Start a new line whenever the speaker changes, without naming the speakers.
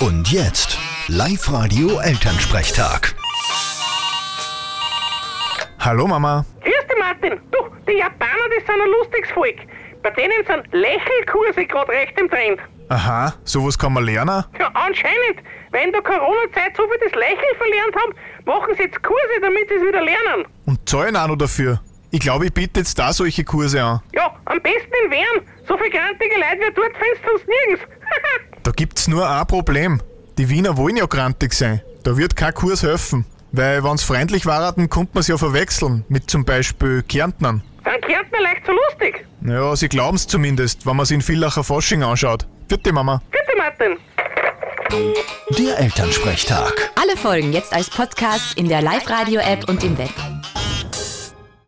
Und jetzt, Live-Radio Elternsprechtag.
Hallo Mama.
Grüß dich, Martin. Du, die Japaner, das sind ein lustiges Volk. Bei denen sind Lächelkurse gerade recht im Trend.
Aha, sowas kann man lernen?
Ja, anscheinend. Weil in der Corona-Zeit so viel das Lächeln verlernt haben, machen sie jetzt Kurse, damit sie es wieder lernen.
Und zahlen auch noch dafür. Ich glaube, ich biete jetzt da solche Kurse an.
Ja, am besten in Wern. So viel grantige Leute wie dort findest du uns nirgends.
Da gibt's nur ein Problem. Die Wiener wollen ja grantig sein. Da wird kein Kurs helfen. Weil wenn's freundlich war, dann kommt man's ja verwechseln. Mit zum Beispiel Kärntnern.
Dann Kärntner leicht so lustig.
Ja, sie glauben's zumindest, wenn man's in Villacher Fasching anschaut. Vierte Mama.
Bitte, Martin.
Der Elternsprechtag.
Alle Folgen jetzt als Podcast in der Live-Radio-App und im Web.